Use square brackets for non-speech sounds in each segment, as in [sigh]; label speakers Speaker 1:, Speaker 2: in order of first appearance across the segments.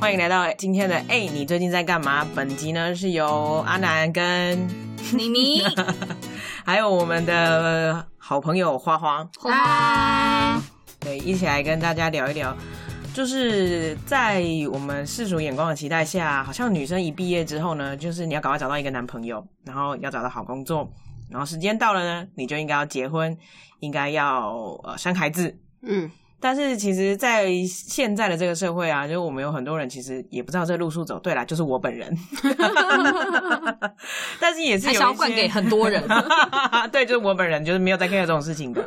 Speaker 1: 欢迎来到今天的哎，你最近在干嘛？本集呢是由阿南跟 [laughs]
Speaker 2: 妮妮，
Speaker 1: 还有我们的好朋友花花，
Speaker 2: 嗨，
Speaker 1: 对，一起来跟大家聊一聊。就是在我们世俗眼光的期待下，好像女生一毕业之后呢，就是你要赶快找到一个男朋友，然后要找到好工作，然后时间到了呢，你就应该要结婚，应该要呃生孩子，
Speaker 2: 嗯，
Speaker 1: 但是其实，在现在的这个社会啊，就是我们有很多人其实也不知道这路数走对啦，就是我本
Speaker 2: [laughs]
Speaker 1: 人， [laughs] 但是也是有一
Speaker 2: 还是
Speaker 1: 些
Speaker 2: 要灌给很多人，
Speaker 1: [laughs] 对，就是我本人就是没有在 care 这种事情的，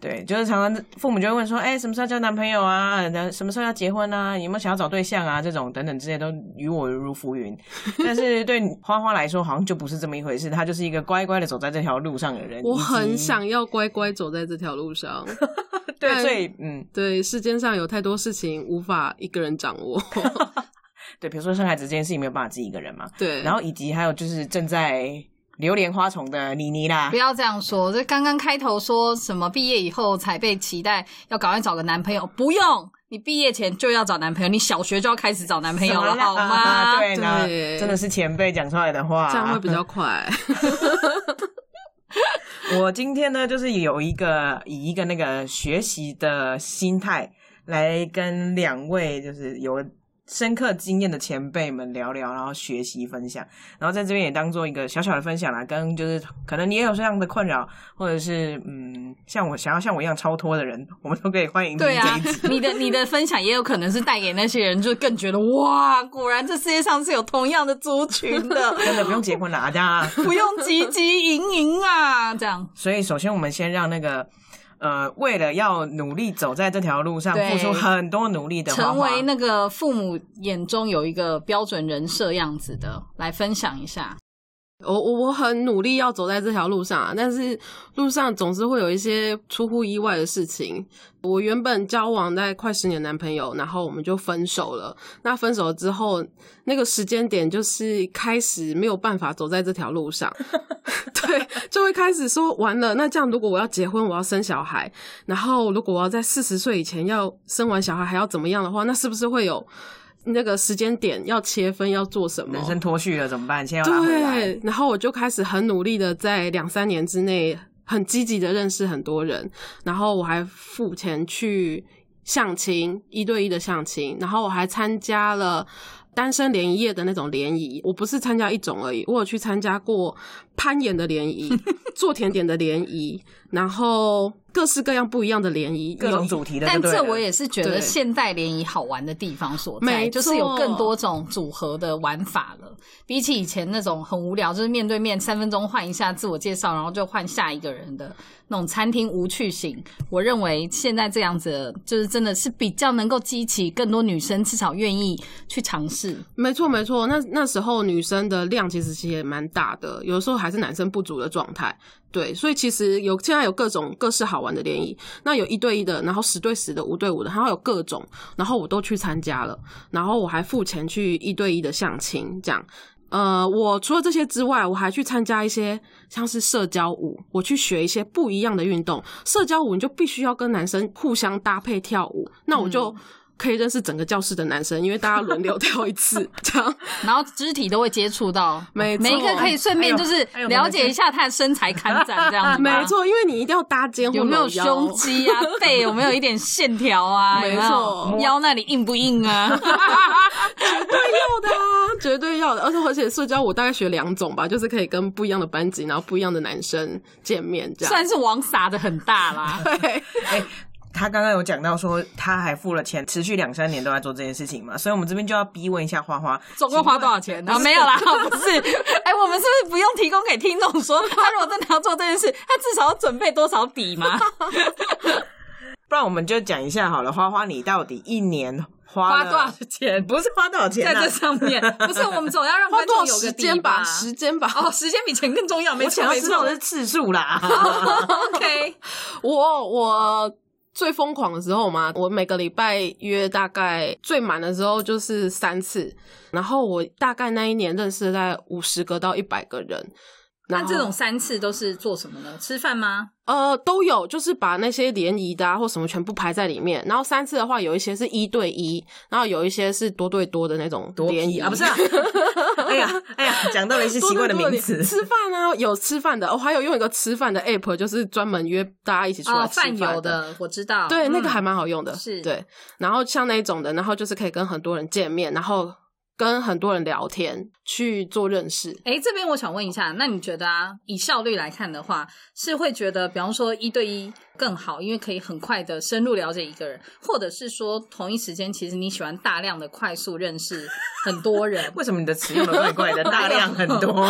Speaker 1: 对，就是常常父母就会问说，哎、什么时候交男朋友啊？那什么时候要结婚啊？有没有想要找对象啊？这种等等之类都与我如浮云。但是对花花来说，好像就不是这么一回事，她就是一个乖乖的走在这条路上的人。
Speaker 3: 我
Speaker 1: 以及
Speaker 3: 很想要乖乖走在这条路
Speaker 1: [laughs]
Speaker 3: 上。
Speaker 1: 对，所以嗯，
Speaker 3: 对，世间上有太多事情无法一个人掌握。 [laughs]
Speaker 1: 对，比如说生孩子这件事情没有办法自己一个人嘛。
Speaker 3: 对，
Speaker 1: 然后以及还有就是正在榴莲花丛的妮妮啦
Speaker 2: [laughs] 不，要这样说。这刚刚开头说什么毕业以后才被期待要赶快找个男朋友，不用，你毕业前就要找男朋友，你小学就要开始找男朋友
Speaker 1: [laughs]
Speaker 2: 了，好吗？
Speaker 1: 啊对呢，
Speaker 3: 对
Speaker 1: 真的是前辈讲出来的话，
Speaker 3: 这样会比较快。
Speaker 1: 我今天呢，就是有一个以一个那个学习的心态来跟两位就是有深刻经验的前辈们聊聊，然后学习分享，然后在这边也当做一个小小的分享啦，跟就是可能你也有这样的困扰，或者是嗯，像我想要像我一样超脱的人，我们都可以欢迎听
Speaker 2: 对
Speaker 1: 这
Speaker 2: [laughs] 啊
Speaker 1: 一集。，
Speaker 2: 你的你的分享也有可能是带给那些人，就更觉得哇，果然这世界上是有同样的族群
Speaker 1: [laughs]
Speaker 2: 的，
Speaker 1: 真的不用结婚啦，大家。
Speaker 2: 不用汲汲营营啊，这
Speaker 1: [laughs]
Speaker 2: 样。
Speaker 1: 所以，首先我们先让那个，呃，为了要努力走在这条路上，
Speaker 2: 对
Speaker 1: 付出很多努力的花
Speaker 2: 成
Speaker 1: 花
Speaker 2: 为那个父母眼中有一个标准人设样子的，来分享一下。
Speaker 3: 我我我很努力要走在这条路上啊，但是路上总是会有一些出乎意外的事情。我原本交往大概快十年的男朋友，然后我们就分手了。那分手之后，那个时间点就是开始没有办法走在这条路上，对，就会开始说完了。那这样，如果我要结婚，我要生小孩，然后如果我要在四十岁以前要生完小孩，还要怎么样的话，那是不是会有那个时间点要切分，要做什么
Speaker 1: 人？生脱序了怎么办？现在要拉回来。
Speaker 3: 对，然后我就开始很努力的在两三年之内，很积极的认识很多人，然后我还付钱去相亲，一对一的相亲，然后我还参加了。单身联谊夜的那种联谊，我不是参加一种而已，我有去参加过攀岩的
Speaker 1: [laughs]
Speaker 3: 联谊、做甜点的联谊，然后各式各样不一样的联谊，
Speaker 1: 各种
Speaker 3: 有
Speaker 1: 主题的就
Speaker 2: 但
Speaker 1: 对了，
Speaker 2: 这我也是觉得
Speaker 3: 对
Speaker 2: 现代联谊好玩的地方所在，
Speaker 3: 没
Speaker 2: 就
Speaker 3: 错
Speaker 2: 是有更多种组合的玩法了。比起以前那种很无聊，就是面对面三分钟换一下自我介绍，然后就换下一个人的那种餐厅无趣型，我认为现在这样子的就是真的是比较能够激起更多女生至少愿意去尝试。
Speaker 3: 没错，没错。那那时候女生的量其实其实也蛮大的，有时候还是男生不足的状态。对，所以其实有现在有各种各式好玩的联谊，那有一对一的，然后十对十的、五对五的，然后有各种，然后我都去参加了，然后我还付钱去一对一的相亲，这样。呃，我除了这些之外，我还去参加一些像是社交舞，我去学一些不一样的运动。社交舞你就必须要跟男生互相搭配跳舞，那我
Speaker 2: 嗯
Speaker 3: 就可以认识整个教室的男生，因为大家轮流跳一次，这样。
Speaker 2: 然后肢体都会接触到，
Speaker 3: 没
Speaker 2: [laughs]
Speaker 3: 错
Speaker 2: 每一个可以顺便就是
Speaker 1: 哎呦哎呦
Speaker 2: 了解一下他的身材看展这样子，
Speaker 3: 没，错，因为你一定要搭
Speaker 2: [laughs]
Speaker 3: 肩或
Speaker 2: 有没有
Speaker 3: 搂腰
Speaker 2: 胸？肌 [laughs] 啊，背有没有一点线条啊，
Speaker 3: 没
Speaker 2: 有
Speaker 3: 错
Speaker 2: 没有腰那里硬不硬啊？ [laughs]
Speaker 3: 绝对要的啊， [laughs] 绝对要的。而且而且社交我大概学两种吧，就是可以跟不一样的班级，然后不一样的男生见面这
Speaker 2: 虽
Speaker 3: 样。
Speaker 2: 然是网撒的很大啦，
Speaker 3: 对，
Speaker 1: 他刚刚有讲到说，他还付了钱，持续两三年都在做这件事情嘛，所以我们这边就要逼问一下花花，
Speaker 2: [laughs] 总共花多少钱啊？没有啦，不是。哎，我们是不是不用提供给听众说，他如果真的要做这件事，他至少要准备多少笔吗？
Speaker 1: 不然我们就讲一下好了，花花你到底一年花
Speaker 2: 花
Speaker 1: 了
Speaker 2: 多少钱？
Speaker 1: 不是花多少钱、
Speaker 2: 在
Speaker 1: 啊，
Speaker 2: 这上面，不是我们总要让
Speaker 3: 花
Speaker 2: 观
Speaker 3: 多少
Speaker 2: 众有个
Speaker 3: 时
Speaker 2: 底
Speaker 3: 间吧？时间吧。
Speaker 2: 哦，时间比钱更重要，没
Speaker 1: 我
Speaker 2: 错
Speaker 1: 想要
Speaker 2: 没
Speaker 1: 知道
Speaker 2: 错 [laughs]
Speaker 1: 的。是次数啦。
Speaker 2: OK，
Speaker 3: 我我最疯狂的时候嘛，我每个礼拜约大概最满的时候就是三次，然后我大概那一年认识了大概五十个到一百个人。
Speaker 2: 那
Speaker 3: 然后
Speaker 2: 这种三次都是做什么呢？吃饭吗？
Speaker 3: 呃，都有，就是把那些联谊的啊或什么全部排在里面。然后三次的话，有一些是一对一，然后有一些是多对多的那种
Speaker 1: 多
Speaker 3: 联
Speaker 1: 皮
Speaker 3: 谊
Speaker 1: 啊，不是啊，哎呀哎呀，讲到了一些
Speaker 3: 多
Speaker 1: 奇怪的
Speaker 3: 对多
Speaker 1: 名词，
Speaker 3: 联， [laughs] 吃饭啊，有吃饭的哦，还有用一个吃饭的 app，就是专门约大家一起出来
Speaker 2: 哦，
Speaker 3: 吃饭
Speaker 2: 饭友
Speaker 3: 的。
Speaker 2: 的我知道，
Speaker 3: 对，那
Speaker 2: 嗯
Speaker 3: 个还蛮好用的，
Speaker 2: 是
Speaker 3: 对。然后像那种的，然后就是可以跟很多人见面，然后跟很多人聊天，去做认识。
Speaker 2: 哎，这边我想问一下，那你觉得啊，以效率来看的话，是会觉得，比方说一对一更好，因为可以很快的深入了解一个人，或者是说同一时间，其实你喜欢大量的快速认识很多人
Speaker 1: 为什么你的词用的怪怪
Speaker 2: [laughs]
Speaker 1: 的，大量很多？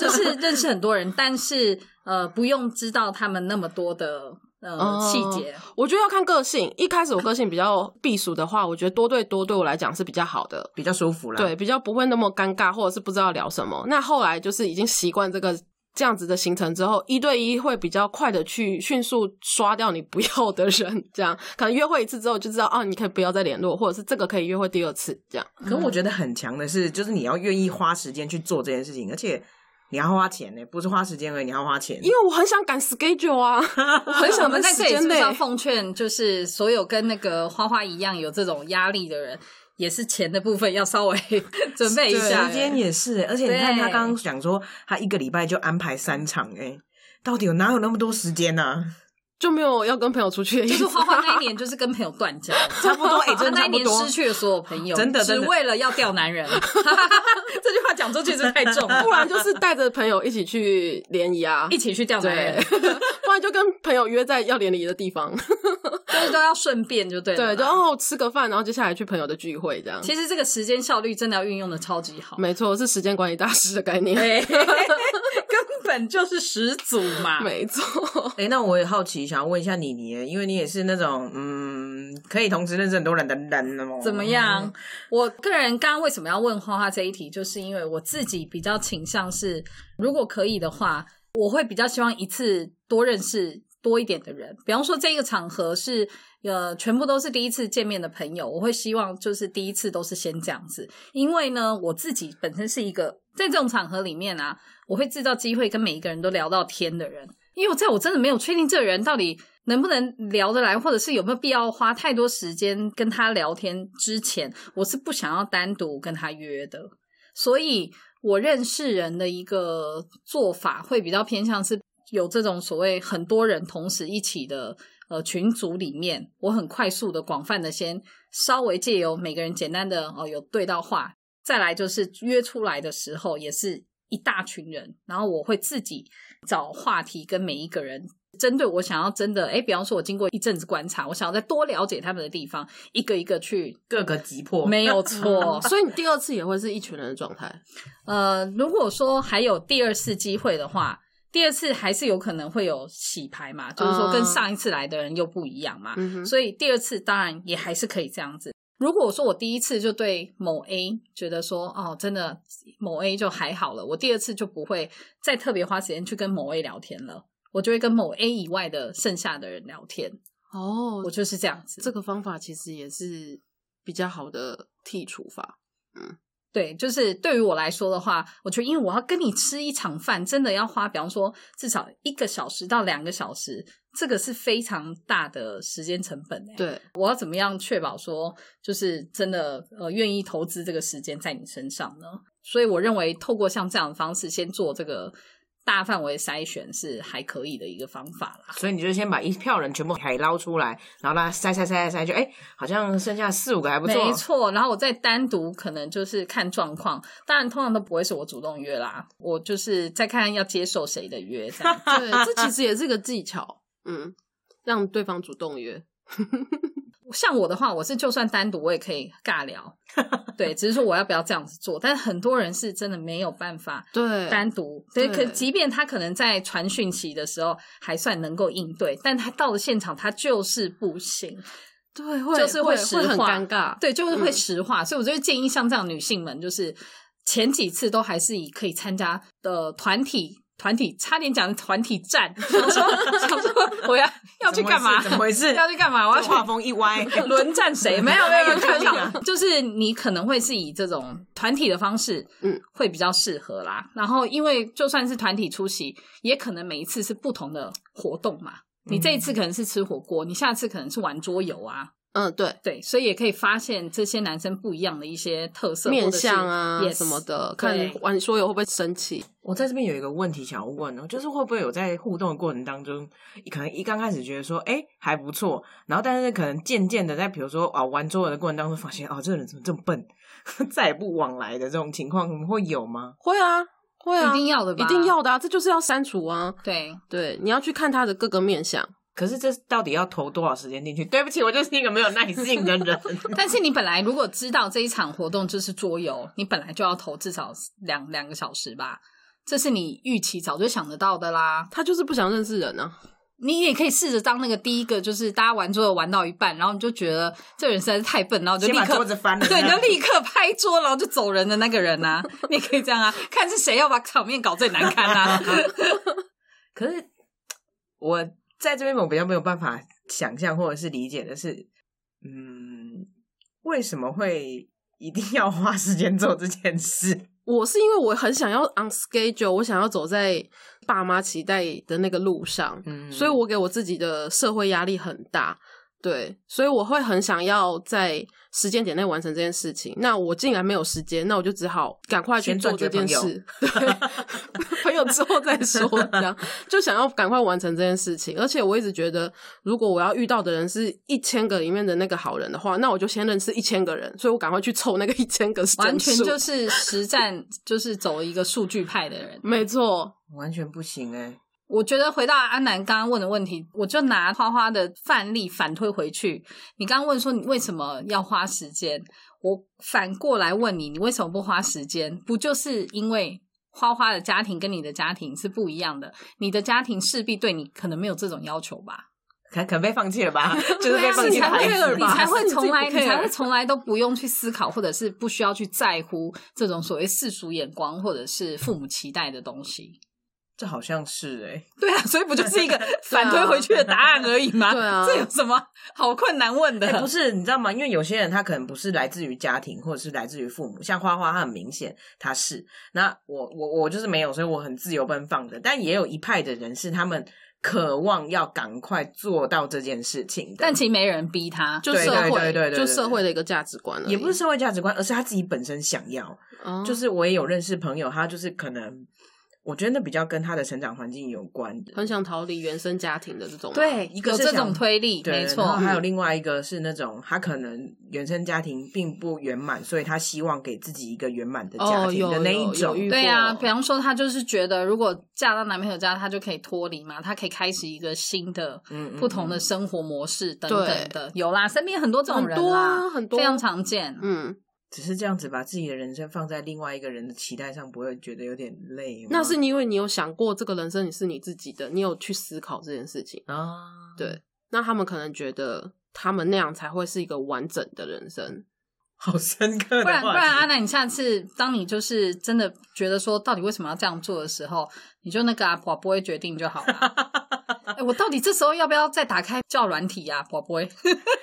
Speaker 2: 就是认识很多人，但是呃，不用知道他们那么多的呃、
Speaker 3: 哦
Speaker 2: 细节。
Speaker 3: 我觉得要看个性。一开始我个性比较避暑的话，我觉得多对多对我来讲是比较好的。
Speaker 1: 比较舒服啦。
Speaker 3: 对，比较不会那么尴尬，或者是不知道聊什么。那后来就是已经习惯这个这样子的行程之后，一对一会比较快的去迅速刷掉你不要的人，这样可能约会一次之后就知道哦，你可以不要再联络，或者是这个可以约会第二次这样。
Speaker 1: 可
Speaker 2: 嗯
Speaker 1: 我觉得很强的是，就是你要愿意花时间去做这件事情，而且你要花钱呢、不是花时间而已，你还要花钱。
Speaker 3: 因为我很想赶 schedule 啊， [laughs] 我很
Speaker 2: 我
Speaker 3: 想
Speaker 2: 们在
Speaker 3: 时
Speaker 2: 这里是不
Speaker 3: 间
Speaker 2: 是
Speaker 3: 内
Speaker 2: 要。奉劝，就是所有跟那个花花一样有这种压力的人，也是钱的部分要稍微 [laughs] 准备一下。
Speaker 1: 时间也是、而且你看他刚刚讲说，他一个礼拜就安排三场、哎，到底有哪有那么多时间呢、啊
Speaker 3: 就没有要跟朋友出去的意
Speaker 2: 就
Speaker 3: 思，
Speaker 2: 是花花那一年就是跟朋友断 [laughs] 交，
Speaker 1: 差不多，哎、
Speaker 2: 他
Speaker 1: 真的
Speaker 2: 那
Speaker 1: 差
Speaker 2: 一
Speaker 1: 不
Speaker 2: 年
Speaker 1: 多
Speaker 2: 失。去了所有朋友，
Speaker 1: 真的
Speaker 2: 只
Speaker 1: 真的
Speaker 2: 为了要钓男 [laughs] 人。这句话讲出去是太重了，
Speaker 3: 不然就是带着朋友一起去联谊啊
Speaker 2: [laughs] 一，起去钓男
Speaker 3: 对 [laughs]
Speaker 2: 人，，
Speaker 3: 不然就跟朋友约在要联谊的地
Speaker 2: [laughs]
Speaker 3: 方，
Speaker 2: 就是都要顺便就对了啦。
Speaker 3: 对，然后吃个饭，然后接下来去朋友的聚会这样。
Speaker 2: 其实这个时间效率真的要运用的超级 [laughs] 好，
Speaker 3: 没错，是时间管理大师的概念。
Speaker 2: 对，哎根本就是始祖嘛。
Speaker 3: 没 [laughs] 错，
Speaker 1: 哎、那我也好奇，想要问一下你，你，因为你也是那种嗯，可以同时认识很多人的人哦。
Speaker 2: 怎么样？？我个人刚刚为什么要问花花这一题，就是因为我自己比较倾向是，如果可以的话，我会比较希望一次多认识多一点的人。比方说，这个场合是呃，全部都是第一次见面的朋友，我会希望就是第一次都是先这样子，因为呢，我自己本身是一个在这种场合里面啊，我会制造机会跟每一个人都聊到天的人，因为我在我真的没有确定这个人到底能不能聊得来，或者是有没有必要花太多时间跟他聊天之前，我是不想要单独跟他约的。所以我认识人的一个做法会比较偏向是有这种所谓很多人同时一起的呃群组里面，我很快速的、广泛的先稍微借由每个人简单的哦有对到话，再来就是约出来的时候也是一大群人，然后我会自己找话题跟每一个人。针对我想要真的，诶，比方说，我经过一阵子观察，我想要再多了解他们的地方，一个一个去，
Speaker 1: 各个击破，
Speaker 2: 没有
Speaker 3: [laughs]
Speaker 2: 错，
Speaker 3: 嗯所以你第二次也会是一群人的状态。
Speaker 2: 呃，如果说还有第二次机会的话，第二次还是有可能会有洗牌嘛，就是说跟
Speaker 3: 嗯
Speaker 2: 上一次来的人又不一样嘛，
Speaker 3: 嗯哼，
Speaker 2: 所以第二次当然也还是可以这样子。如果我说我第一次就对某 A 觉得说哦，真的某 A 就还好了，我第二次就不会再特别花时间去跟某 A 聊天了，我就会跟某 A 以外的剩下的人聊天，
Speaker 3: 哦
Speaker 2: 我就是这样子。
Speaker 3: 这个方法其实也是比较好的剔除法。
Speaker 2: 对，就是对于我来说的话，我觉得因为我要跟你吃一场饭，真的要花，比方说至少一个小时到两个小时，这个是非常大的时间成本、欸。，
Speaker 3: 对，
Speaker 2: 我要怎么样确保说，就是真的呃愿意投资这个时间在你身上呢？所以我认为，透过像这样的方式，先做这个大范围筛选是还可以的一个方法啦。
Speaker 1: 所以你就先把一票人全部海捞出来，然后让他筛筛筛筛筛，就哎、好像剩下四五个还不错。
Speaker 2: 没错，然后我再单独可能就是看状况，当然通常都不会是我主动约啦，我就是再看看要接受谁的约这样。
Speaker 3: [laughs] 对，这其实也是个技巧。嗯，让对方主动约。
Speaker 2: 像我的话，我是就算单独我也可以尬聊，对，只是说我要不要这样子做。但是很多人是真的没有办法
Speaker 3: 对，
Speaker 2: 单独，对，可
Speaker 3: 对
Speaker 2: 即便他可能在传讯息的时候还算能够应对，但他到了现场他就是不行，
Speaker 3: 对，会
Speaker 2: 就是
Speaker 3: 会
Speaker 2: 实
Speaker 3: 会很
Speaker 2: 话
Speaker 3: 尴尬。
Speaker 2: 对，就是会
Speaker 3: 嗯
Speaker 2: 实话。所以我就会建议像这样的女性们，就是前几次都还是以可以参加的团体团体，差点讲团体战，想说想说我要要去干嘛？
Speaker 1: 怎么回事？
Speaker 2: [laughs] 要去干嘛？我要
Speaker 1: 这
Speaker 2: 去
Speaker 1: 画风一歪，
Speaker 2: [laughs] 轮战谁？没有没有没有，开玩
Speaker 1: 没有没
Speaker 2: 笑， [laughs] 就是你可能会是以这种团体的方式，
Speaker 3: 嗯，
Speaker 2: 会比较适合啦。然后，因为就算是团体出席，也可能每一次是不同的活动嘛。你这一次可能是吃火锅，你下次可能是玩桌游啊，
Speaker 3: 嗯，对，
Speaker 2: 对，所以也可以发现这些男生不一样的一些特色
Speaker 3: 面相啊
Speaker 2: 也
Speaker 3: 什么。的，看
Speaker 2: 对
Speaker 3: 玩说友会不会生气？
Speaker 1: [laughs] 我在这边有一个问题想要问哦，就是会不会有在互动的过程当中，可能一刚开始觉得说，哎、还不错，然后但是可能渐渐的在比如说啊玩桌游的过程当中，发现哦这个人怎么这么笨， [laughs] 再也不往来的这种情况，你们会有吗？
Speaker 3: 会啊，会啊，
Speaker 2: 一定要的吧
Speaker 3: 一定要的啊，这就是要删除啊。
Speaker 2: 对，
Speaker 3: 对，你要去看他的各个面相。
Speaker 1: 可是这到底要投多少时间进去？对不起，我就是一个没有耐性的人。 [laughs]
Speaker 2: 但是你本来如果知道这一场活动就是桌游，你本来就要投至少两两个小时吧，这是你预期早就想得到的啦。
Speaker 3: 他就是不想认识人啊，
Speaker 2: 你也可以试着当那个第一个，就是大家玩桌游玩到一半，然后你就觉得这人实在是太笨，然后你
Speaker 1: 先
Speaker 2: 就立
Speaker 1: 把
Speaker 2: 刻
Speaker 1: 桌子翻了，
Speaker 2: 对，你就立刻拍桌，然后就走人的那个人呐、你也可以这样啊，看是谁要把场面搞最难
Speaker 1: [laughs]
Speaker 2: 堪啊。
Speaker 1: 可是我在这边我比较没有办法想象或者是理解的是，嗯，为什么会一定要花时间做这件事？
Speaker 3: 我是因为我很想要 on schedule，我想要走在爸妈期待的那个路上，
Speaker 1: 嗯
Speaker 3: 所以我给我自己的社会压力很大。对，所以我会很想要在时间点内完成这件事情。那我竟然没有时间，那我就只好赶快去
Speaker 1: 先
Speaker 3: 做
Speaker 1: 断绝
Speaker 3: 这件
Speaker 1: 朋友
Speaker 3: 事。对， [laughs] 朋友之后再说，
Speaker 1: [laughs]
Speaker 3: 这样就想要赶快完成这件事情。而且我一直觉得，如果我要遇到的人是一千个里面的那个好人的话，那我就先认识一千个人，所以我赶快去凑那个一千个是
Speaker 2: 完
Speaker 3: 整
Speaker 2: 全
Speaker 3: 数
Speaker 2: 就是实战，就是走一个数据派的人。
Speaker 3: 没错，
Speaker 1: 完全不行哎、
Speaker 2: 我觉得回到安南刚刚问的问题，我就拿花花的范例反推回去。你刚刚问说你为什么要花时间，我反过来问你，你为什么不花时间？不就是因为花花的家庭跟你的家庭是不一样的，你的家庭势必对你可能没有这种要求吧？
Speaker 1: 可可能被放弃了 [laughs] 吧？啊就是
Speaker 3: 啊
Speaker 1: 被放
Speaker 2: 你
Speaker 1: 弃的
Speaker 2: 才
Speaker 1: 孩
Speaker 2: 会
Speaker 1: 子
Speaker 2: 你才
Speaker 1: 吧？
Speaker 2: 会从来，
Speaker 3: 是
Speaker 2: 你
Speaker 3: 自己不 care
Speaker 2: 才会从来都不用去思考，或者是不需要去在乎这种所谓世俗眼光或者是父母期待的东西。
Speaker 1: 这好像是哎、
Speaker 2: 对啊，所以不就是一个反推回去的答案而已吗？
Speaker 3: 对啊
Speaker 2: 这有什么好困难问的？ [laughs]
Speaker 1: 哎不是，你知道吗？因为有些人他可能不是来自于家庭，或者是来自于父母，像花花，他很明显他是。那我我我就是没有，所以我很自由奔放的。但也有一派的人是他们渴望要赶快做到这件事情的，
Speaker 2: 但其实没人逼他，
Speaker 3: 就
Speaker 1: 对
Speaker 3: 社
Speaker 1: 对
Speaker 3: 会，
Speaker 1: 对对对
Speaker 3: 就
Speaker 1: 对
Speaker 3: 社会的一个价值观而已
Speaker 1: 也不是，社会价值观，而是他自己本身想要。
Speaker 3: 哦
Speaker 1: 就是我也有认识朋友，他就是可能，我觉得那比较跟他的成长环境有关的。
Speaker 3: 很想逃离原生家庭的这种啊嘛。
Speaker 2: 对
Speaker 1: 一个
Speaker 2: 有
Speaker 1: 是
Speaker 2: 这
Speaker 1: 想
Speaker 2: 种推力，
Speaker 1: 对
Speaker 2: 没
Speaker 1: 然
Speaker 2: 错
Speaker 1: 后。还有另外一个是那种他可能原生家庭并不圆满，所以他希望给自己一个圆满的家
Speaker 3: 哦
Speaker 1: 庭
Speaker 3: 有
Speaker 1: 的那一
Speaker 3: 有有
Speaker 1: 种。
Speaker 3: 遇
Speaker 2: 对啊，
Speaker 3: 过
Speaker 2: 比方说她就是觉得，如果嫁到男朋友家，她就可以脱离嘛，她可以开始一个新的、
Speaker 1: 嗯嗯
Speaker 2: 不同的生活模式等等
Speaker 3: 对
Speaker 2: 的。有啦，身边很多这种人
Speaker 3: 很多
Speaker 2: 啦，
Speaker 3: 啊很多
Speaker 2: 非常常见。
Speaker 3: 嗯，
Speaker 1: 只是这样子把自己的人生放在另外一个人的期待上，不会觉得有点累吗？
Speaker 3: 那是因为你有想过这个人生你是你自己的，你有去思考这件事情。
Speaker 1: 啊，
Speaker 3: 对，那他们可能觉得他们那样才会是一个完整的人生。
Speaker 1: 好深刻
Speaker 2: 不
Speaker 1: 的
Speaker 2: 然不然，
Speaker 1: 话
Speaker 2: 安
Speaker 1: 题。
Speaker 2: 娜，你下次当你就是真的觉得说，到底为什么要这样做的时候，你就那个啊，宝贝决定就好了。
Speaker 3: 啊
Speaker 1: [laughs]
Speaker 2: 哎、我到底这时候要不要再打开叫软体呀、啊，宝贝？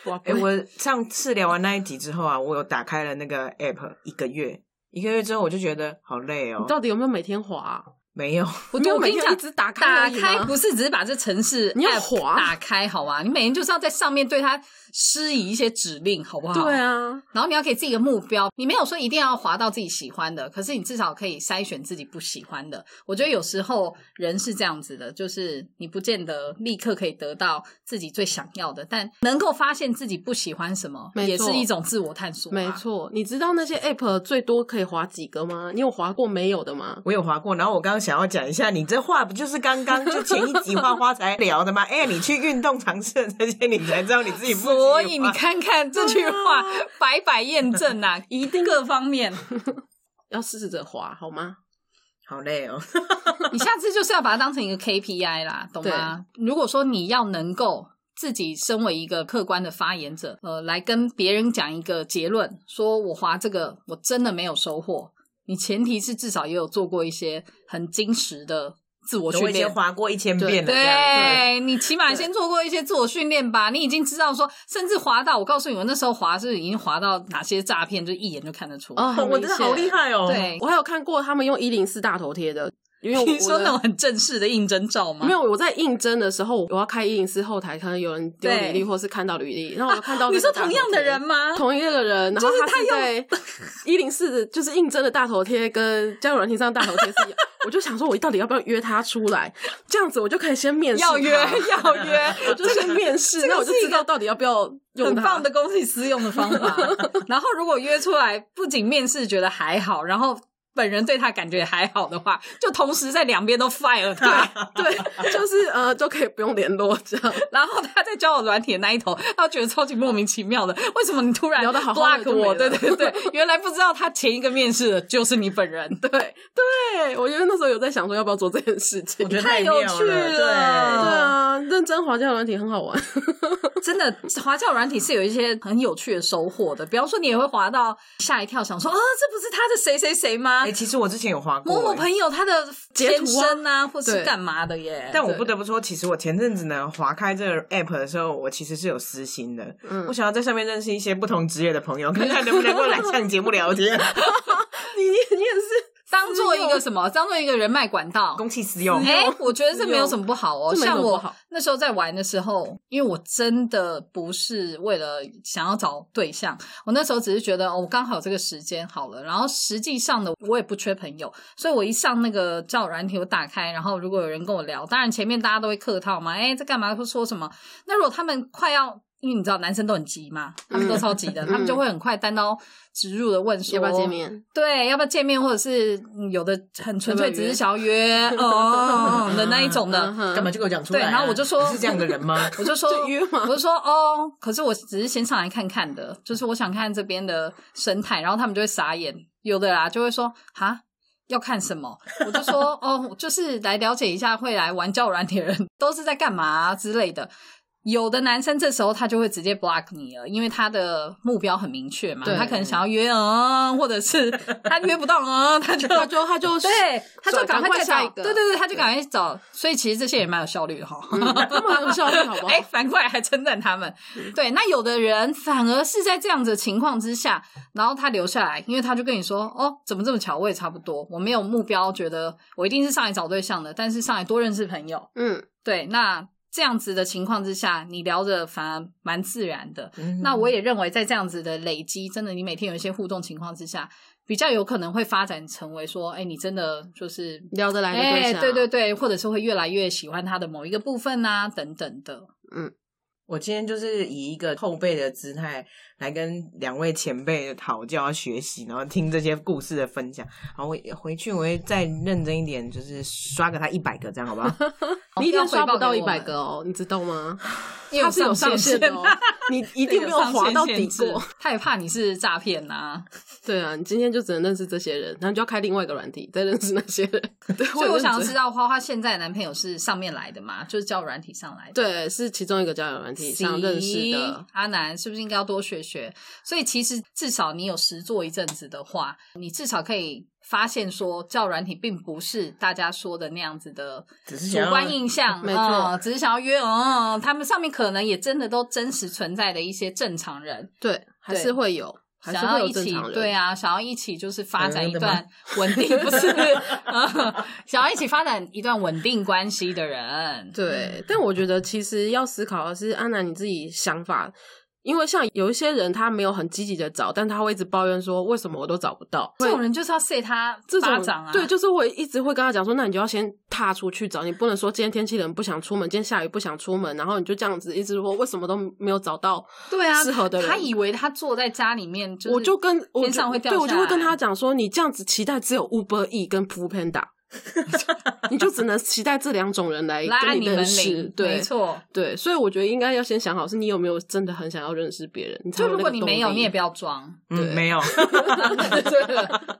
Speaker 2: [laughs]
Speaker 3: 哇，
Speaker 1: 哎、我上次聊完那一集之后啊，我有打开了那个 app 一个月，一个月之后我就觉得好累哦
Speaker 3: 你，到底有没有每天滑啊、
Speaker 1: 没有，
Speaker 2: 我
Speaker 3: 没有
Speaker 2: 就我跟你
Speaker 3: 每天
Speaker 2: 讲
Speaker 3: 一，直打开
Speaker 2: 打
Speaker 3: 而已吗
Speaker 2: 开不是只是把这城市
Speaker 3: 你要
Speaker 2: app
Speaker 3: 滑
Speaker 2: 打开，好吧？你每天就是要在上面对它施以一些指令，好不好？
Speaker 3: 对。 [laughs] 啊，
Speaker 2: 然后你要给自己一个目标，你没有说一定要滑到自己喜欢的，可是你至少可以筛选自己不喜欢的。我觉得有时候人是这样子的，就是你不见得立刻可以得到自己最想要的，但能够发现自己不喜欢什么，
Speaker 3: 没
Speaker 2: 也
Speaker 3: 错
Speaker 2: 是一种自我探索、啊
Speaker 3: 没，错。你知道那些 app 最多可以滑几个吗？你有滑过没有的吗？
Speaker 1: 我有划过，然后我刚刚想要讲一下，你这话不就是刚刚就前一集花花才聊的吗？ [laughs] 哎、你去运动尝试了这些，你才知道你自己不喜欢。
Speaker 2: 所以你看看这句 [laughs] 话，白白验证呐、啊， [laughs] 一定各方面。
Speaker 3: 要试着滑好吗？
Speaker 1: 好累哦，
Speaker 2: 你下次就是要把它当成一个 KPI 啦，懂吗？如果说你要能够自己身为一个客观的发言者，呃，来跟别人讲一个结论，说我划这个我真的没有收获，你前提是至少也有做过一些很精实的自我
Speaker 1: 我
Speaker 2: 训
Speaker 1: 已经
Speaker 2: 练。
Speaker 1: 划过一千遍了，这样子
Speaker 2: 对你起码先做过一些自我训练吧，你已经知道说，甚至滑到我告诉你，我那时候滑是已经滑到哪些诈骗，就一眼就看得出来。
Speaker 3: 哦，
Speaker 1: 哦我真的好厉
Speaker 3: 害。
Speaker 1: 害哦！，
Speaker 2: 对，
Speaker 3: 我还有看过他们用一零四大头贴的，因为
Speaker 2: [laughs]
Speaker 3: 我
Speaker 2: 你说
Speaker 3: 的
Speaker 2: 那种很正式的应征照吗？
Speaker 3: 没有，我在应征的时候，我要开一零四后台，可能有人丢履历
Speaker 2: 对
Speaker 3: 或是看到履历，然后我就看到
Speaker 2: [laughs] 你
Speaker 3: 那个
Speaker 2: 说
Speaker 3: 哦大头
Speaker 2: 同
Speaker 3: 贴
Speaker 2: 样的人。吗？
Speaker 3: 同一个人，然后
Speaker 2: 就是
Speaker 3: 他
Speaker 2: 他
Speaker 3: 是在一零四的，就是应征的大头贴跟交友软件上的大头贴是一样。我就想说，我到底要不要约他出来？这样子我就可以先面试他，
Speaker 2: 要约 [laughs] 要
Speaker 3: [laughs]
Speaker 2: 约，
Speaker 3: 我就先
Speaker 2: [laughs]
Speaker 3: 面试，那我就知道到底要不要用
Speaker 2: 很
Speaker 3: 他。
Speaker 2: 棒的公器私用的方法。然后如果约出来，不仅面试觉得还好，然后本人对他感觉也还好的话，就同时在两边都 fire
Speaker 3: [laughs]
Speaker 2: 他。
Speaker 3: 对，就是呃，都可以不用联络这样。
Speaker 2: 然后他在交友软体的那一头，他觉得超级莫名其妙的，为什么你突然
Speaker 3: 聊得好好
Speaker 2: block
Speaker 3: 的就没
Speaker 2: 我？
Speaker 3: 了
Speaker 2: 对对对，原来不知道他前一个面试的就是你本人，对，
Speaker 3: 对，我觉得那时候有在想说要不要做这件事情
Speaker 1: 我。觉得
Speaker 2: 太
Speaker 1: 妙
Speaker 2: 有趣
Speaker 3: 对
Speaker 2: 了
Speaker 1: 了，
Speaker 3: 啊，
Speaker 2: 嗯
Speaker 3: 认真滑交友软体很好玩。
Speaker 2: 真的滑教软体是有一些很有趣的收获的，比方说你也会滑到吓一跳，想说啊，这不是他的谁谁谁吗
Speaker 1: 对。哎，？其实我之前有划过，
Speaker 2: 某某
Speaker 1: 哎
Speaker 2: 朋友他的
Speaker 3: 截
Speaker 2: 先
Speaker 3: 图啊
Speaker 2: 生啊，或
Speaker 3: 对
Speaker 2: 是干嘛的耶？
Speaker 1: 但我
Speaker 3: 对
Speaker 1: 不得不说，其实我前阵子呢划开这个 app 的时候，我其实是有私心的，
Speaker 3: 嗯
Speaker 1: 我想要在上面认识一些不同职业的朋
Speaker 2: [laughs]
Speaker 1: 友，看看能不能够来上节目聊天，
Speaker 3: [laughs]
Speaker 1: [laughs]
Speaker 3: 你你你也是
Speaker 2: 当做一个什么？当做一个人脉管道。
Speaker 1: 公器私用。
Speaker 2: 哎、我觉得这没有什么不好哦。
Speaker 3: 这没什么
Speaker 2: 像
Speaker 3: 不
Speaker 2: 我
Speaker 3: 好
Speaker 2: 那时候在玩的时候，因为我真的不是为了想要找对象，我那时候只是觉得哦，我刚好有这个时间好了。然后实际上呢，我也不缺朋友，所以我一上那个交友软体，我打开，然后如果有人跟我聊，当然前面大家都会客套嘛，哎、在干嘛？会说什么？那如果他们快要。因为你知道男生都很急嘛，他们都超急
Speaker 3: [laughs]
Speaker 2: 的，他们就会很快单刀直入的问说
Speaker 3: 嗯要不要见面？
Speaker 2: 对，要不要见面，或者是嗯有的很纯
Speaker 3: 要不
Speaker 2: 粹
Speaker 3: 要约
Speaker 2: 只是想要约哦的那一种
Speaker 3: 嗯
Speaker 2: 的，
Speaker 3: 哼 [laughs]
Speaker 1: 干嘛就给我讲出来啊、
Speaker 2: 对然后我就说
Speaker 1: 你是这样的人
Speaker 2: [laughs]
Speaker 1: 吗？
Speaker 2: 我就说
Speaker 3: 就约吗
Speaker 2: 我就说哦，可是我只是先上来看看的，就是我想看这边的生态，然后他们就会傻眼，有的啦就会说哈。要看什么？我就
Speaker 3: [laughs]
Speaker 2: 说哦，就是来了解一下会来玩教软体的人都是在干嘛啊、之类的。有的男生这时候他就会直接 block 你了，因为他的目标很明确嘛，
Speaker 3: 对
Speaker 2: 他可能想要约嗯，或者
Speaker 3: [laughs]
Speaker 2: 是他约不到嗯，他就
Speaker 3: 他就他就
Speaker 2: 对，他就
Speaker 3: 转
Speaker 2: 赶
Speaker 3: 赶快
Speaker 2: 快再
Speaker 3: 下
Speaker 2: 找
Speaker 3: 一个嗯
Speaker 2: 对对对，他就赶快找，所以其实这些也蛮有效率的哈。
Speaker 3: 他们很有效率，好不好？
Speaker 2: 哎、反过来还称赞他们。对，那有的人反而是在这样子的情况之下，然后他留下来，因为他就跟你说：“哦，怎么这么巧？我也差不多，我没有目标，觉得我一定是上来找对象的，但是上来多认识朋友。
Speaker 3: 嗯，”
Speaker 2: 对，那这样子的情况之下，你聊着反而蛮自然的。
Speaker 1: 嗯
Speaker 2: 那我也认为，在这样子的累积，真的你每天有一些互动情况之下，比较有可能会发展成为说，哎、你真的就是
Speaker 3: 聊得来的对
Speaker 2: 哎、
Speaker 3: 象，
Speaker 2: 对对，对，或者是会越来越喜欢他的某一个部分啊，等等的。
Speaker 1: 我今天就是以一个后辈的姿态来跟两位前辈的讨教、学习，然后听这些故事的分享。然后我回去我会再认真一点，就是刷个他一百个，这样好不
Speaker 2: [laughs]
Speaker 1: 好？
Speaker 3: 你一
Speaker 2: 要
Speaker 3: 天
Speaker 2: 哦
Speaker 3: 刷
Speaker 2: 回报
Speaker 3: 不到
Speaker 2: 给
Speaker 3: 一
Speaker 2: 我
Speaker 3: 百
Speaker 2: 们
Speaker 3: 个哦，你知道吗？
Speaker 2: [laughs] 因为
Speaker 3: 它是有上
Speaker 2: 限
Speaker 3: 限的哦， [laughs] 你一定没有滑到底
Speaker 2: [laughs]
Speaker 3: 过。。
Speaker 2: 他也怕你是诈骗呐，
Speaker 3: 对啊，你今天就只能认识这些人，然后你就要开另外一个软体，再认识那些
Speaker 2: [laughs]
Speaker 3: 人。对，
Speaker 2: 所以
Speaker 3: 也
Speaker 2: 我
Speaker 3: 认
Speaker 2: 想要
Speaker 3: 真
Speaker 2: 知道花花现在的男朋友是上面来的嘛，就是叫软体上来的。
Speaker 3: 对，是其中一个交友软体上认识的
Speaker 2: 行。阿南是不是应该要多学学？所以其实至少你有实做一阵子的话，你至少可以发现说，教软体并不是大家说的那样子的
Speaker 1: 只是
Speaker 2: 主
Speaker 1: 想要
Speaker 2: 观印象，
Speaker 3: 没错
Speaker 2: 嗯只是想要约哦、嗯他们上面可能也真的都真实存在的一些正常人，
Speaker 3: 对，还是会有，还
Speaker 2: 想
Speaker 3: 是会
Speaker 2: 要
Speaker 3: 有
Speaker 2: 一
Speaker 3: 正
Speaker 2: 起
Speaker 3: 常人。
Speaker 2: 对啊，想要一起就是发展
Speaker 1: 嗯
Speaker 2: 一
Speaker 1: 真的
Speaker 2: 段稳定，不是、嗯想要一起发展一段稳定关系的人，
Speaker 3: 对，
Speaker 2: 嗯
Speaker 3: 但我觉得其实要思考的是安南你自己想法，因为像有一些人他没有很积极的找，但他会一直抱怨说为什么我都找不到。
Speaker 2: 这种
Speaker 3: 会
Speaker 2: 人就是要塞他
Speaker 3: 这
Speaker 2: 巴
Speaker 3: 种
Speaker 2: 掌啊，
Speaker 3: 对，就是我一直会跟他讲说，那你就要先踏出去找，你不能说今天天气冷不想出门，今天下雨不想出门，然后你就这样子一直说为什么都没有找到
Speaker 2: 对啊，
Speaker 3: 适合的人。
Speaker 2: 他以为他坐在家里面，就是、
Speaker 3: 我就跟我
Speaker 2: 天上
Speaker 3: 就
Speaker 2: 会掉
Speaker 3: 对，我就
Speaker 2: 下
Speaker 3: 会跟
Speaker 2: 来
Speaker 3: 他讲说，你这样子期待只有 Uber E 跟 f o
Speaker 2: [laughs]
Speaker 3: o Panda，你就只能期待这两种人来
Speaker 2: 拉
Speaker 3: 跟
Speaker 2: 你
Speaker 3: 认
Speaker 2: 们
Speaker 3: 识。
Speaker 2: 领，
Speaker 3: 对
Speaker 2: 没，错。
Speaker 3: 对，所以我觉得应该要先想好，是你有没有真的很想要认识别人。你才
Speaker 2: 就
Speaker 3: 有
Speaker 2: 如
Speaker 3: 那
Speaker 2: 果
Speaker 3: 个
Speaker 2: 你
Speaker 3: 动
Speaker 2: 没有，
Speaker 3: 力
Speaker 2: 你也不要装。 [laughs]
Speaker 1: 嗯，没有， [laughs]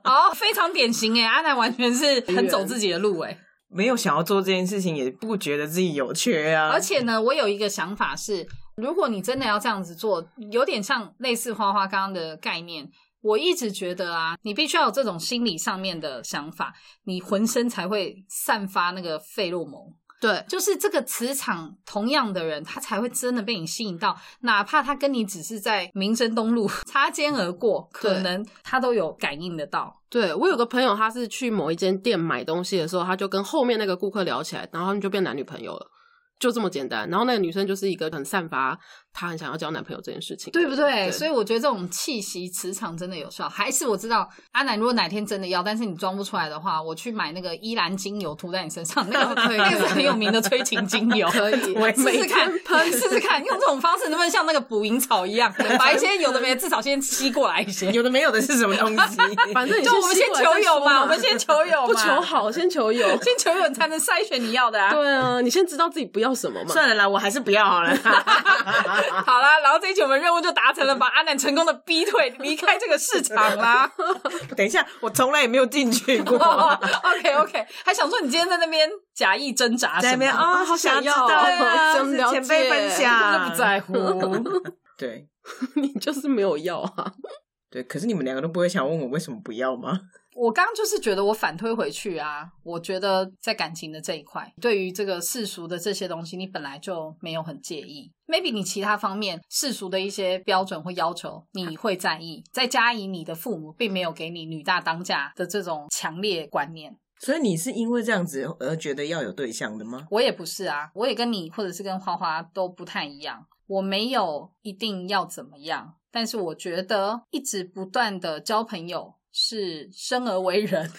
Speaker 2: 好，非常典型哎，阿南完全是很走自己的路哎。
Speaker 1: 没有想要做这件事情，也不觉得自己有缺啊。
Speaker 2: 而且呢，我有一个想法是，如果你真的要这样子做，有点像类似花花刚刚的概念，我一直觉得啊，你必须要有这种心理上面的想法，你浑身才会散发那个费洛蒙。
Speaker 3: 对
Speaker 2: 就是这个磁场同样的人，他才会真的被你吸引到，哪怕他跟你只是在民生东路 [laughs] 擦肩而过，可
Speaker 3: 对
Speaker 2: 能他都有感应得到。
Speaker 3: 对，我有个朋友，他是去某一间店买东西的时候，他就跟后面那个顾客聊起来，然后他们就变男女朋友了，就这么简单。然后那个女生就是一个很散发她很想要交男朋友这件事情，
Speaker 2: 对不对？
Speaker 3: 对
Speaker 2: 所以我觉得这种气息磁场真的有效。还是我知道阿南，如果哪天真的要，但是你装不出来的话，我去买那个依兰精油涂在你身上，
Speaker 3: [laughs]
Speaker 2: 那个
Speaker 3: 可以
Speaker 2: 那个是很有名的催情精油，
Speaker 3: 可
Speaker 2: [laughs]
Speaker 3: 以
Speaker 1: 我也
Speaker 2: 试试看
Speaker 3: 每天，
Speaker 2: 喷试试看，用这种方式能不能像那个捕蝇草一样，把一些有的没的至少先吸过来一些。
Speaker 1: 有的没有的是什么东
Speaker 2: [laughs]
Speaker 1: 西？
Speaker 3: 反正你
Speaker 2: 就我们先
Speaker 3: 吸过来
Speaker 2: 求
Speaker 3: 再
Speaker 2: 友
Speaker 3: 说
Speaker 2: 嘛，我们先求友嘛，
Speaker 3: 不求好，先求友。
Speaker 2: [laughs] 先求友，你才能筛选你要的啊。
Speaker 3: 对啊，你先知道自己不要什么嘛。
Speaker 1: 算了啦，我还是不要好了。
Speaker 2: 好啦，然后这一期我们任务就达成了，把阿南成功的逼退离开这个市场啦。
Speaker 1: [laughs] 等一下，我从来也没有进去 [laughs]
Speaker 2: [laughs]
Speaker 1: 过。
Speaker 2: 啊 OK OK，还想说你今天在那边假意挣扎什么，
Speaker 1: 在那边
Speaker 2: [laughs]
Speaker 1: 啊，好想知道
Speaker 2: 对 [laughs] 啊
Speaker 1: 是前辈分享，
Speaker 2: 真的不在乎。
Speaker 1: 对
Speaker 3: 你就是没有要啊。
Speaker 1: 对，可是你们两个都不会想问我为什么不要吗？
Speaker 2: [laughs] 我刚刚就是觉得我反推回去啊，我觉得在感情的这一块，对于这个世俗的这些东西，你本来就没有很介意。maybe 你其他方面世俗的一些标准或要求，你会在意，再加以你的父母并没有给你女大当嫁的这种强烈观念。
Speaker 1: 所以你是因为这样子而觉得要有对象的吗？
Speaker 2: 我也不是啊，我也跟你或者是跟花花都不太一样，我没有一定要怎么样，但是我觉得一直不断的交朋友是生而为人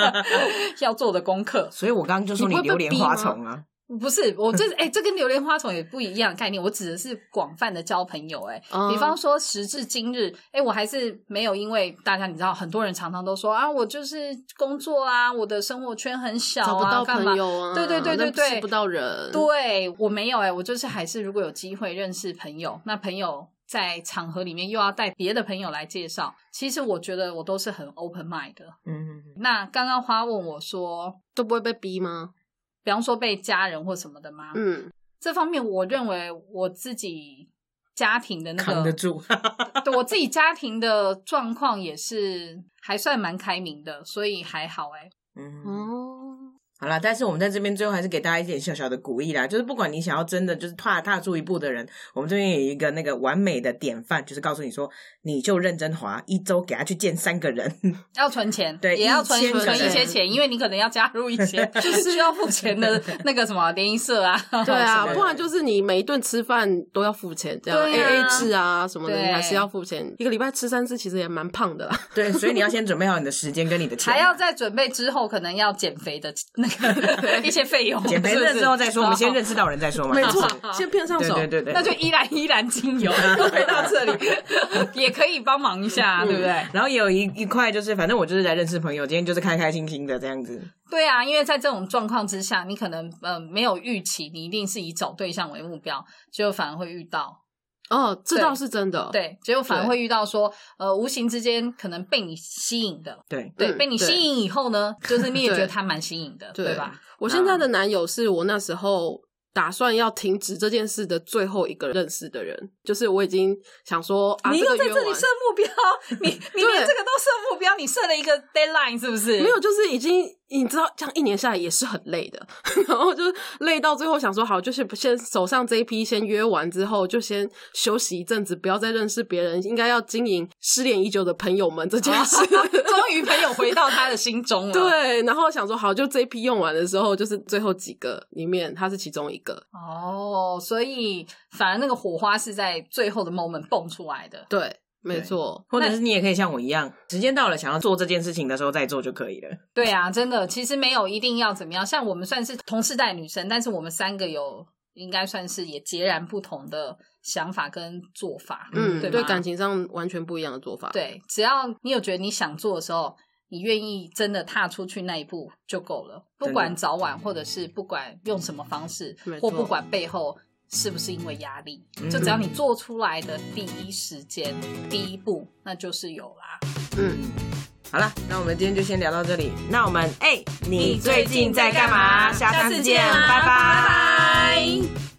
Speaker 2: [laughs] 要做的功课。
Speaker 1: 所以我刚刚就说
Speaker 3: 你不会被
Speaker 1: 榴莲
Speaker 3: 逼吗
Speaker 1: 花丛啊，
Speaker 2: 不是我这哎、这跟榴莲花丛也不一样的概念，我指的是广泛的交朋友哎、
Speaker 3: 嗯
Speaker 2: 比方说，时至今日，哎，我还是没有因为大家你知道，很多人常常都说啊，我就是工作啊，我的生活圈很小啊，
Speaker 3: 找不到
Speaker 2: 干
Speaker 3: 朋
Speaker 2: 嘛
Speaker 3: 友啊，
Speaker 2: 对对对对对
Speaker 3: 认识不到人，
Speaker 2: 对我没有哎、我就是还是如果有机会认识朋友，那朋友在场合里面又要带别的朋友来介绍，其实我觉得我都是很 open mind 的。
Speaker 1: 嗯，
Speaker 2: 那刚刚花问我说，
Speaker 3: 都不会被逼吗？
Speaker 2: 比方说被家人或什么的吗？
Speaker 3: 嗯，
Speaker 2: 这方面我认为我自己家庭的那
Speaker 1: 扛得
Speaker 2: 个，
Speaker 1: 住。
Speaker 2: 对我自己家庭的状况也是还算蛮开明的，所以还好哎、
Speaker 1: 嗯，
Speaker 3: 哦，
Speaker 1: 好啦，但是我们在这边最后还是给大家一点小小的鼓励啦，就是不管你想要真的就是踏踏出一步的人，我们这边有一个那个完美的典范，就是告诉你说，你就认真滑，一周给他去见三个人。
Speaker 2: 要存钱，
Speaker 1: 对
Speaker 2: 也要存
Speaker 1: 1000
Speaker 2: 存
Speaker 3: 可
Speaker 2: 一
Speaker 3: 能
Speaker 2: 些钱，因为你可能要加入一
Speaker 1: [laughs]
Speaker 2: 些就是需要付钱的那个什么联谊社啊。
Speaker 3: [laughs] 对啊
Speaker 1: 是，的
Speaker 3: 不然就是你每一顿吃饭都要付钱，这样
Speaker 2: 对
Speaker 3: A
Speaker 2: 啊
Speaker 3: A 制啊什么的，
Speaker 2: 对
Speaker 3: 你还是要付钱。一个礼拜吃三次，其实也蛮胖的啦。
Speaker 1: 对，所以你要先准备好你的时间跟你的钱，
Speaker 2: [laughs] 还要再准备之后可能要减肥的那个 [laughs] 一些费用，
Speaker 1: [laughs] 减肥
Speaker 2: 是不
Speaker 1: 了
Speaker 2: 是
Speaker 1: 之后再说，我们先认
Speaker 2: 好。
Speaker 1: 识到人再说嘛。
Speaker 3: 没
Speaker 1: 是
Speaker 3: 错
Speaker 1: 不是，
Speaker 3: 先骗上
Speaker 1: 对
Speaker 3: 手。
Speaker 1: 对对对，
Speaker 2: [laughs] 那就依然依然精
Speaker 1: [laughs]
Speaker 2: 油回到这里，也可以帮忙一
Speaker 1: 嗯
Speaker 2: 下，啊对不对？
Speaker 1: 然后也有一一块就是，反正我就是来认识朋友，今天就是开开心心的这样子。
Speaker 2: 对啊，因为在这种状况之下，你可能呃没有预期，你一定是以找对象为目标，结果反而会遇到
Speaker 3: 哦，这倒是真的。，
Speaker 2: 对，结果反而
Speaker 3: 对
Speaker 2: 会遇到说呃无形之间可能被你吸引的，
Speaker 1: 对，
Speaker 2: 对，
Speaker 3: 嗯
Speaker 2: 被你
Speaker 3: 对
Speaker 2: 吸引以后
Speaker 3: [laughs]
Speaker 2: 呢，就是你也觉得
Speaker 3: 对
Speaker 2: 他蛮吸引的，
Speaker 3: 对
Speaker 2: 对吧？
Speaker 3: 我现在的男友是我那时候打算要停止这件事的最后一个认识的人，就是我已经想说啊，
Speaker 2: 你
Speaker 3: 这
Speaker 2: 又
Speaker 3: 个
Speaker 2: 在
Speaker 3: 约
Speaker 2: 这里
Speaker 3: 完
Speaker 2: 设目标，你
Speaker 3: [laughs]
Speaker 2: 你连
Speaker 3: 对
Speaker 2: 这个都设目标，你设了一个 deadline 是不是？
Speaker 3: [laughs] 没
Speaker 2: [laughs]
Speaker 3: 有，就是已经你知道，这样一年下来也是很累的， [laughs] 然后就是累到最后想说，好，就是先手上这一批先约完之后，就先休息一阵子，不要再认识别人，应该要经营失联已久的朋友们这件事。
Speaker 2: 终于朋友回到他的心中了。
Speaker 3: [laughs] 对，然后想说好，就这一批用完的时候，就是最后几个里面，他是其中一个。
Speaker 2: 哦，所以反而那个火花是在最后的 moment 蹦出来的。
Speaker 3: 对，没错，
Speaker 1: 或者是你也可以像我一样，时间到了想要做这件事情的时候再做就可以了。
Speaker 2: 对啊，真的，其实没有一定要怎么样。像我们算是同世代女生，但是我们三个有应该算是也截然不同的想法跟做法。
Speaker 3: 嗯，
Speaker 2: 对
Speaker 3: 对
Speaker 2: 吧
Speaker 3: 感情上完全不一样的做法。，
Speaker 2: 对，只要你有觉得你想做的时候，你愿意真的踏出去那一步就够了，不
Speaker 1: 真的
Speaker 2: 管早晚，或者是不管用什么方式
Speaker 3: 没，
Speaker 2: 或
Speaker 3: 错
Speaker 2: 不管背后。是不是因为压力？
Speaker 1: 嗯
Speaker 2: 就只要你做出来的第一时间、第一步，那就是有啦。
Speaker 3: 嗯，
Speaker 1: 好了，那我们今天就先聊到这里。那我们哎、你最近在干嘛？下
Speaker 2: 下
Speaker 1: 次
Speaker 2: 次
Speaker 1: 见
Speaker 2: 见，啦，
Speaker 1: 拜
Speaker 2: 拜拜